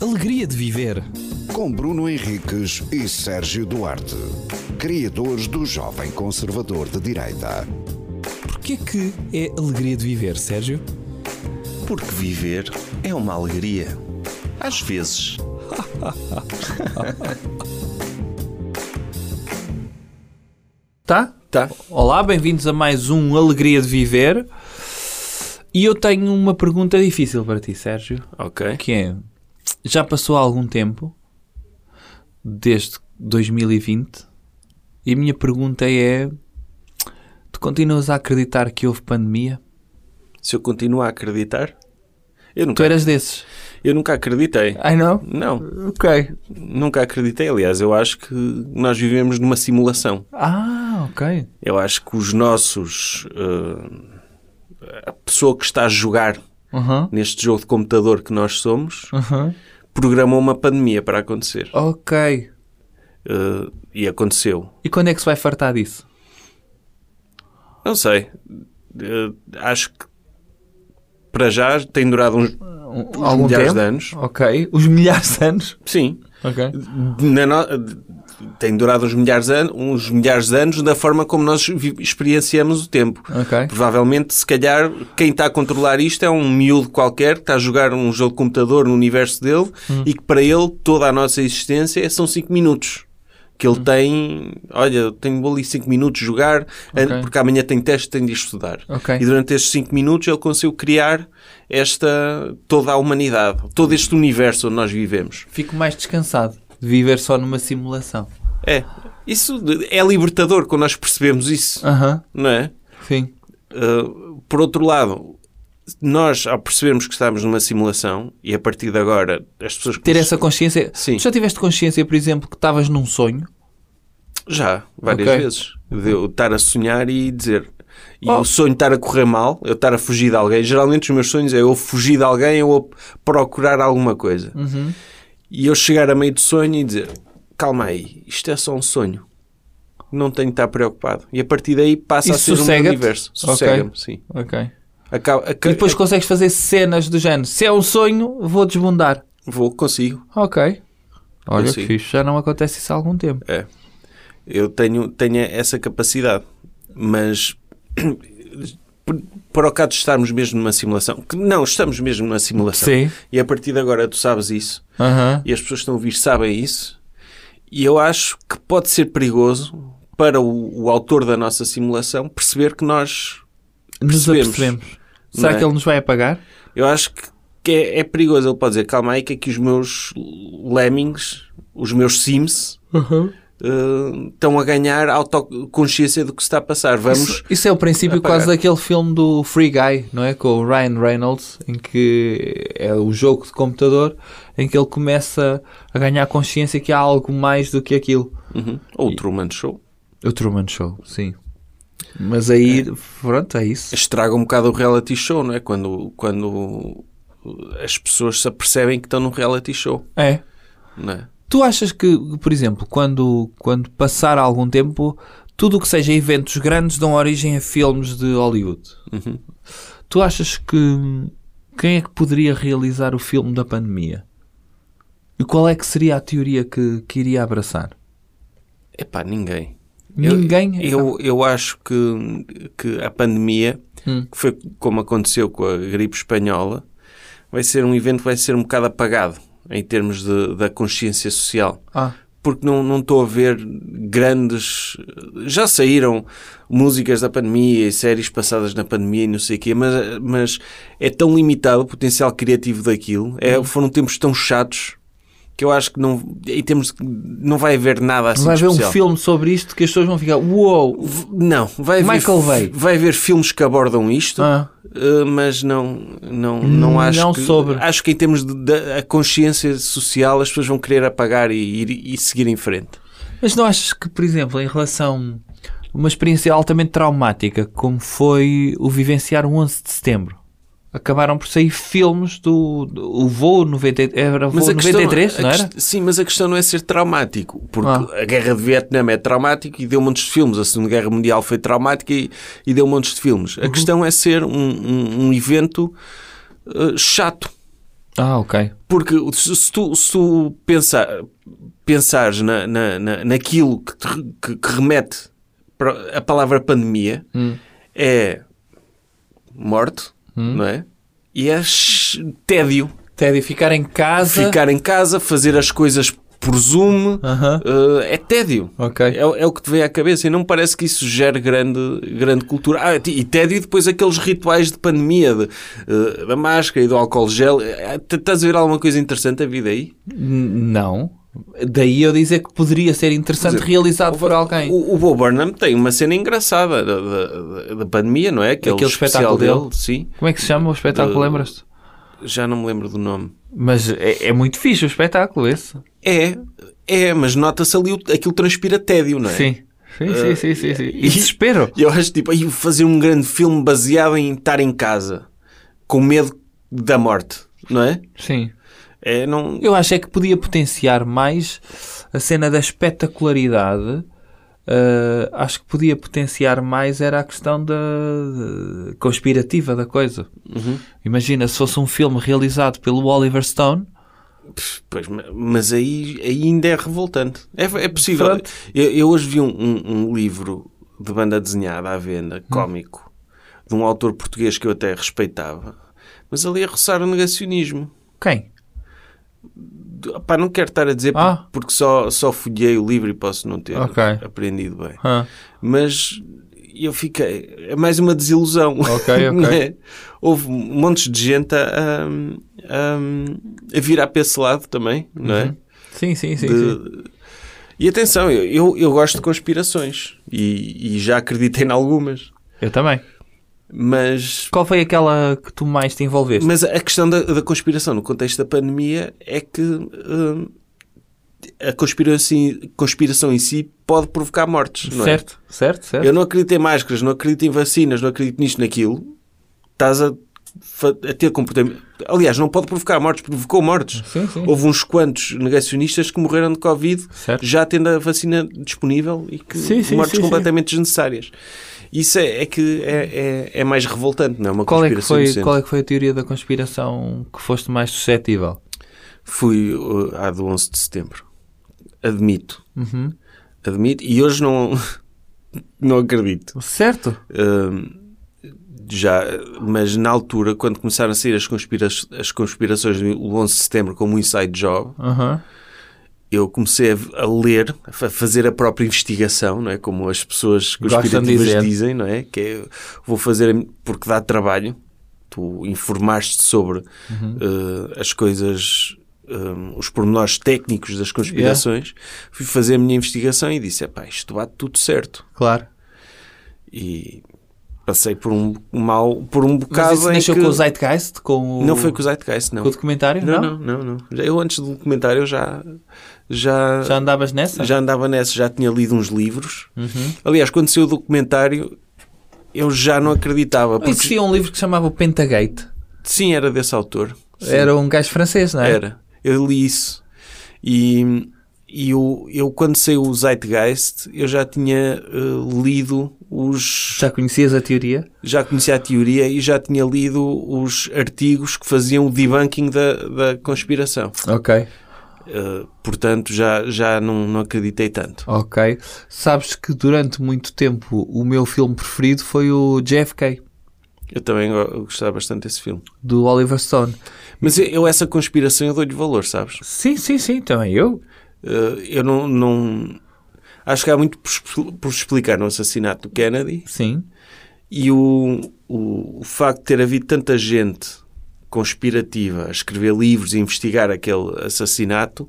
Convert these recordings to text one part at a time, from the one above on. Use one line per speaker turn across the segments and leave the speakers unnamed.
alegria de viver.
Com Bruno Henriques e Sérgio Duarte, criadores do Jovem Conservador de Direita.
Porquê que é alegria de viver, Sérgio?
Porque viver é uma alegria. Às vezes.
Tá?
Tá.
Olá, bem-vindos a mais um Alegria de Viver. E eu tenho uma pergunta difícil para ti, Sérgio,
Ok.
que é: já passou algum tempo desde 2020? E a minha pergunta é: tu continuas a acreditar que houve pandemia?
Se eu continuo a acreditar, eu
Tu
nunca,
eras desses?
eu nunca acreditei.
I know.
Não,
Ok.
nunca acreditei. Aliás, eu acho que nós vivemos numa simulação.
Ah, ok.
Eu acho que os nossos. eh, a pessoa que está a jogar
Uhum.
neste jogo de computador que nós somos
Uhum.
programou uma pandemia para acontecer.
Ok.
Eh, e aconteceu.
E quando é que se vai fartar disso?
Não sei. Eh, acho que para já tem durado uns, uns
Algum
Um, milhares
tempo?
de anos.
Ok. Os milhares de anos?
Sim.
Ok.
Na no- de- Tem durado uns milhares, de anos, uns milhares de anos da forma como nós vi- experienciamos o tempo.
Ok.
Provavelmente, se calhar, quem está a controlar isto é um miúdo qualquer que está a jogar um jogo de computador no universo dele
Hum.
e que para ele toda a nossa existência são 5 minutos. Que
Hum.
ele tem, olha, eu tenho ali 5 minutos de jogar an-
Ok.
porque amanhã tem teste, tenho de estudar.
Ok.
E durante estes 5 minutos ele conseguiu criar esta toda a humanidade, todo este universo onde nós vivemos.
Fico mais descansado de viver só numa simulação.
É. Isso de- é libertador quando nós percebemos isso,
Aham,
não é?
sim.
Uh, por outro lado, nós, ao percebermos que estamos numa simulação e a partir de agora as pessoas. que
Ter
nos-
essa consciência.
Sim.
Tu já tiveste consciência, por exemplo, que estavas num sonho?
Já, várias
Ok.
vezes. De eu estar a sonhar e dizer. E
Oh.
o sonho estar a correr mal, eu estar a fugir de alguém. Geralmente os meus sonhos é eu fugir de alguém ou a procurar alguma coisa.
Uhum.
E eu chegar a meio do sonho e dizer: calma aí, isto é só um sonho. Não tenho de estar preocupado. E a partir daí passa
E
a ser um
sossega-te?
universo. Sossega-me, sim.
Ok.
Acaba, aca-
E depois consegues fazer cenas do género. Se é um sonho, vou desbundar.
Vou, consigo.
Ok. Olha que
Consigo.
fixe. Já não acontece isso há algum tempo.
É. Eu tenho, tenho essa capacidade. Mas por- para o caso de estarmos mesmo numa simulação, que não, estamos mesmo numa simulação.
Sim.
E a partir de agora tu sabes isso,
Aham.
e as pessoas que estão a ouvir sabem isso, e eu acho que pode ser perigoso para o, o autor da nossa simulação perceber que nós.
Nos
Percebemos.
apercebemos.
Não
Será
é?
que ele nos vai apagar?
Eu acho que, que é, é perigoso. Ele pode dizer, calma aí, que aqui os meus lemmings, os meus sims, eh, estão a ganhar autoconsciência do que se está a passar. Vamos.
Isso, isso é o princípio
apagar.
quase daquele filme do Free Guy, não é? Com o Ryan Reynolds, em que é o jogo de computador em que ele começa a ganhar consciência que há algo mais do que aquilo.
Uhum. Ou o Truman Show.
O Truman Show, sim. Mas aí, pronto, é isso.
Estraga um bocado o reality show, não é? Quando, quando as pessoas se apercebem que estão num reality show,
É.
não é?
Tu achas que, por exemplo, quando, quando passar algum tempo, tudo o que seja eventos grandes dão origem a filmes de Hollywood?
Uhum.
Tu achas que quem é que poderia realizar o filme da pandemia? E qual é que seria a teoria que, que iria abraçar?
Epá, ninguém.
Ninguém?
Eu, eu, eu acho que, que a pandemia,
Hum.
que foi como aconteceu com a gripe espanhola, vai ser um evento que vai ser um bocado apagado em termos de, da consciência social.
Ah,
porque não não estou a ver grandes. Já saíram músicas da pandemia e séries passadas na pandemia e não sei o quê, mas, mas é tão limitado o potencial criativo daquilo. É,
Hum.
Foram tempos tão chatos que eu acho que não. Em termos de- não vai haver nada assim
vai
de
haver um
especial.
filme sobre isto que as pessoas vão ficar uou!
V- Não, vai haver,
Michael
fi-
Bay.
vai haver filmes que abordam isto,
Ah.
eh, mas não, não, não acho
Não
que,
sobre.
acho que em termos de, da- a consciência social as pessoas vão querer apagar e, ir, e seguir em frente.
Mas não achas que, por exemplo, em relação a uma experiência altamente traumática, como foi o vivenciar o 11 de setembro, acabaram por sair filmes do, do- o voo 90, era o voo 93,
a
não era?
quest- Sim, mas a questão não é ser traumático, porque
Ah.
a guerra de Vietnã é traumático e deu montes de filmes. A Segunda Guerra Mundial foi traumática e, e deu
Uhum.
montes de filmes. A questão é ser um, um- um evento eh, chato.
Ah, ok.
Porque se, se tu, se tu pensar, pensares na, na, na, naquilo que, te re- que- que remete para a palavra pandemia, é morte, não é? E é ch- tédio.
Tédio, ficar em casa.
Ficar em casa, fazer as coisas por Zoom,
é. Aham.
eh, é tédio.
Ok.
É, o- é o que te vem à cabeça e não me parece que isso gere grande, grande cultura. Ah, e e tédio e depois aqueles rituais de pandemia, de, eh, da máscara e do álcool gel. Eh, t- Estás a ver alguma coisa interessante a vida aí?
N- Não. Daí eu dizer que poderia ser interessante realizado por alguém.
O, o Bo Burnham tem uma cena engraçada da, da- da- da pandemia, não é? Aquele,
Aquele
especial
espetáculo
dele,
dele.
sim.
Como é que se chama o espetáculo, lembras-te?
Já não me lembro do nome.
Mas é, é muito fixe o espetáculo esse.
É, é, mas nota-se ali, o, aquilo transpira tédio, não é?
Sim. Sim, sim, sim, sim, sim. E
e-
desespero.
E eu acho tipo, aí fazer um grande filme baseado em estar em casa, com medo da morte, não é?
Sim.
É, não...
Eu acho é que podia potenciar mais a cena da espetacularidade. ah, acho que podia potenciar mais era a questão da da- conspirativa da coisa.
Uhum.
Imagina se fosse um filme realizado pelo Oliver Stone.
Pois, ma- mas aí, aí ainda é revoltante. É, é possível.
Pronto.
Eu, eu hoje vi um, um- um livro de banda desenhada à
Hum.
venda, cómico, de um autor português que eu até respeitava, mas ali a roçar o negacionismo.
Quem?
Pá, não quero estar a dizer por-
Ah.
porque só, só folhei o livro e posso não ter
Ok.
aprendido bem.
Ah,
mas eu fiquei. É mais uma desilusão.
Ok, ok.
não é? Houve montes de gente a, a, a virar para esse lado também, não
Uhum.
é?
Sim, sim, sim. sim.
De- E atenção, eu, eu, eu gosto de conspirações e, e já acreditei em algumas,
Eu também.
mas.
Qual foi aquela que tu mais te envolveste?
Mas a questão da, da conspiração no contexto da pandemia é que hum, a conspiração, conspiração em si pode provocar mortes, não é?
certo, certo, certo.
Eu não acredito em máscaras, não acredito em vacinas, não acredito nisto, naquilo. Estás a, fa- a ter comportamento. Aliás, não pode provocar mortes, provocou mortes.
Sim, sim.
Houve uns quantos negacionistas que morreram de Covid,
Certo.
já tendo a vacina disponível e que
Sim, sim,
mortes
sim,
completamente desnecessárias. Isso é, é que é, é- é mais revoltante, não é? Uma
Qual é, que
conspiração
foi,
inocente.
qual é que foi a teoria da conspiração que foste mais suscetível?
Fui uh, à do 11 de setembro. Admito.
Uhum.
Admito. E hoje não, não acredito.
Certo?
Hum, já, mas na altura, quando começaram a sair as, conspira as conspirações do 11 de setembro como um inside job,
Aham.
eu comecei a, a ler, a fa- fazer a própria investigação, não é? Como as pessoas
Gostam de dizer.
conspirativas dizem, não é? Que é, vou fazer a mi- porque dá trabalho. Tu informaste sobre eh, as coisas, eh, os pormenores técnicos das conspirações. Fui fazer a minha investigação e disse: "Epá, isto bate tudo certo
Claro.
e passei por um mal por um
Mas
bocado
isso
em
nasceu
que
com o Zeitgeist? Com o...
não foi com o Zeitgeist não
com o documentário? Não,
não não não, não. Já- eu antes do documentário eu já já
Já andavas nessa?
já andava nessa já tinha lido uns livros
Uhum.
aliás quando saiu o documentário eu já não acreditava
Não
porque
Existia um livro que se chamava o Pentagate.
sim era desse autor Sim,
Era um gajo francês, não é?
era eu li isso e e eu, eu quando saiu o Zeitgeist eu já tinha eh, lido os
Já conhecias a teoria?
já conhecia a teoria e já tinha lido os artigos que faziam o debunking da, da conspiração.
Ok.
Eh, portanto, já, já não, não acreditei tanto.
Ok. Sabes que durante muito tempo o meu filme preferido foi o JFK,
Eu também go- gostava bastante desse filme.
do Oliver Stone.
Mas eu, eu essa conspiração, eu dou-lhe valor, sabes?
Sim, sim, sim, também eu.
Eh, eu não, não... Acho que há muito por, expl- por explicar no assassinato do Kennedy
Sim.
e o, o, o facto de ter havido tanta gente conspirativa a escrever livros e investigar aquele assassinato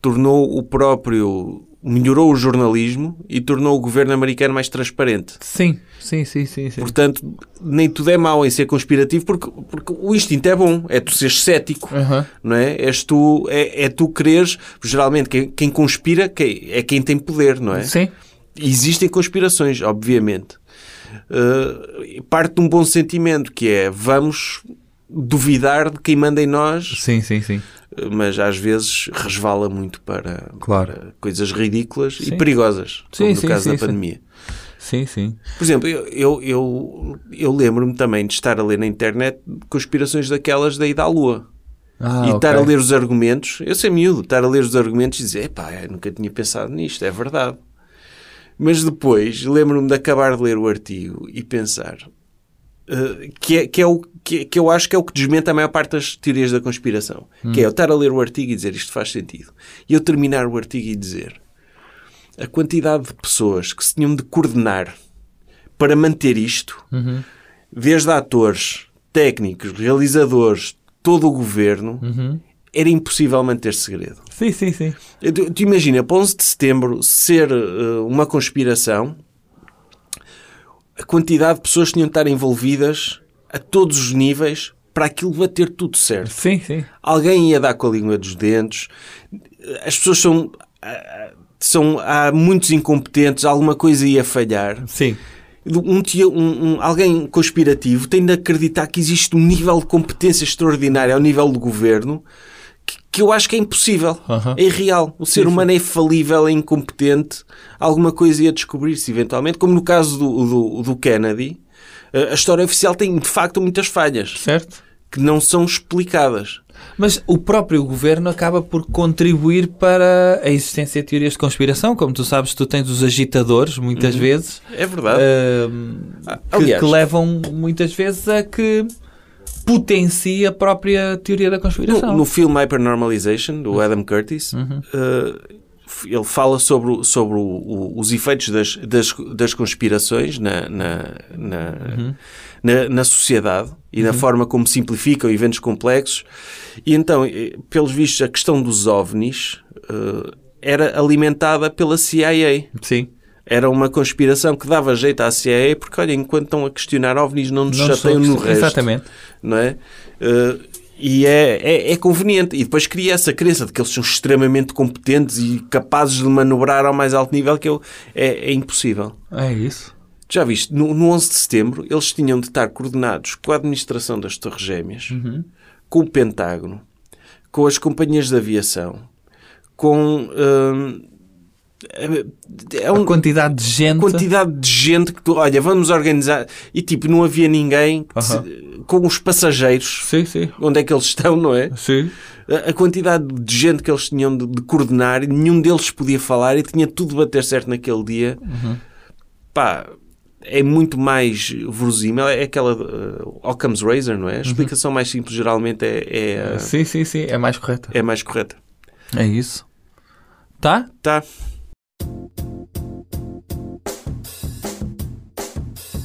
tornou o próprio melhorou o jornalismo e tornou o governo americano mais transparente.
Sim, sim, sim, sim. sim.
Portanto, nem tudo é mau em ser conspirativo porque, porque o instinto é bom, é tu ser cético,
Aham.
não é? És tu, é, é tu creres, geralmente quem, quem conspira quem- é quem tem poder, não é?
Sim.
Existem conspirações, obviamente. Eh, parte de um bom sentimento que é vamos duvidar de quem manda em nós,
Sim, sim, sim.
eh, mas às vezes resvala muito para,
Claro.
para coisas ridículas
Sim.
e perigosas,
Sim,
como no
sim,
caso
sim,
da
sim.
pandemia.
Sim, sim.
Por exemplo, eu, eu, eu, eu lembro-me também de estar a ler na internet conspirações daquelas da ida à Lua.
Ah,
e estar a
ok.
ler os argumentos, eu sei miúdo, estar a ler os argumentos e dizer, epá, eu nunca tinha pensado nisto, é verdade. Mas depois lembro-me de acabar de ler o artigo e pensar, eh, que, é, que, é o, que, é- que eu acho que é o que desmente a maior parte das teorias da conspiração, que
Hum.
é eu estar a ler o artigo e dizer isto faz sentido, e eu terminar o artigo e dizer a quantidade de pessoas que se tinham de coordenar para manter isto, desde atores, técnicos, realizadores, todo o governo, era impossível manter segredo.
Sim, sim, sim.
Eu Tu, tu imagina, para 11 de setembro ser eh, uma conspiração, a quantidade de pessoas que tinham de estar envolvidas a todos os níveis para aquilo bater tudo certo.
Sim, sim.
Alguém ia dar com a língua dos dentes, as pessoas são. ah, são há muitos incompetentes, alguma coisa ia falhar.
Sim.
Um tio- um- um- alguém conspirativo tem de acreditar que existe um nível de competência extraordinária ao nível do governo que, que eu acho que é impossível.
Aham.
É irreal. O ser humano é falível, é incompetente. Alguma coisa ia descobrir-se eventualmente, como no caso do, do- do Kennedy. A a história oficial tem de facto muitas falhas
Certo?
que não são explicadas.
Mas o próprio governo acaba por contribuir para a existência de teorias de conspiração. Como tu sabes, tu tens os agitadores, muitas vezes,
É verdade. Ah,
ahm, que- que,
aliás.
levam muitas vezes a que potencie a própria teoria da conspiração.
No, no filme Hypernormalization, do Adam Curtis,
Uhum.
eh, ele fala sobre, o- sobre o- o- os efeitos das, das, das conspirações na, na, na,
Uhum.
na, na sociedade e na forma como simplificam eventos complexos. E então, eh, pelos vistos, a questão dos ovnis eh, era alimentada pela CIA.
Sim.
Era uma conspiração que dava jeito à CIA, porque, olha, enquanto estão a questionar ovnis, não nos
Não
chateiam
sou-
no resto
Exatamente.
não é? Eh, e é, é, é conveniente. E depois cria essa crença de que eles são extremamente competentes e capazes de manobrar ao mais alto nível, que eu, é, é impossível.
É isso.
Já viste, no, no 11 de setembro, eles tinham de estar coordenados com a administração das Torres Gêmeas,
Hum.
com o Pentágono, com as companhias de aviação, com. hum, é- é
A
um-
quantidade de gente.
quantidade de gente que tu, olha, vamos organizar. E tipo, não havia ninguém que se- com os passageiros
Sim, sim.
onde é que eles estão, não é?
Sim.
A- A quantidade de gente que eles tinham de, de coordenar, e nenhum deles podia falar e tinha tudo de bater certo naquele dia. Pá, é muito mais verosímil. É aquela uh, Occam's Razor, não é? A explicação mais simples geralmente é, é, uh,
Sim, sim, sim. É mais correta.
é mais correta.
É isso. Tá?
Tá.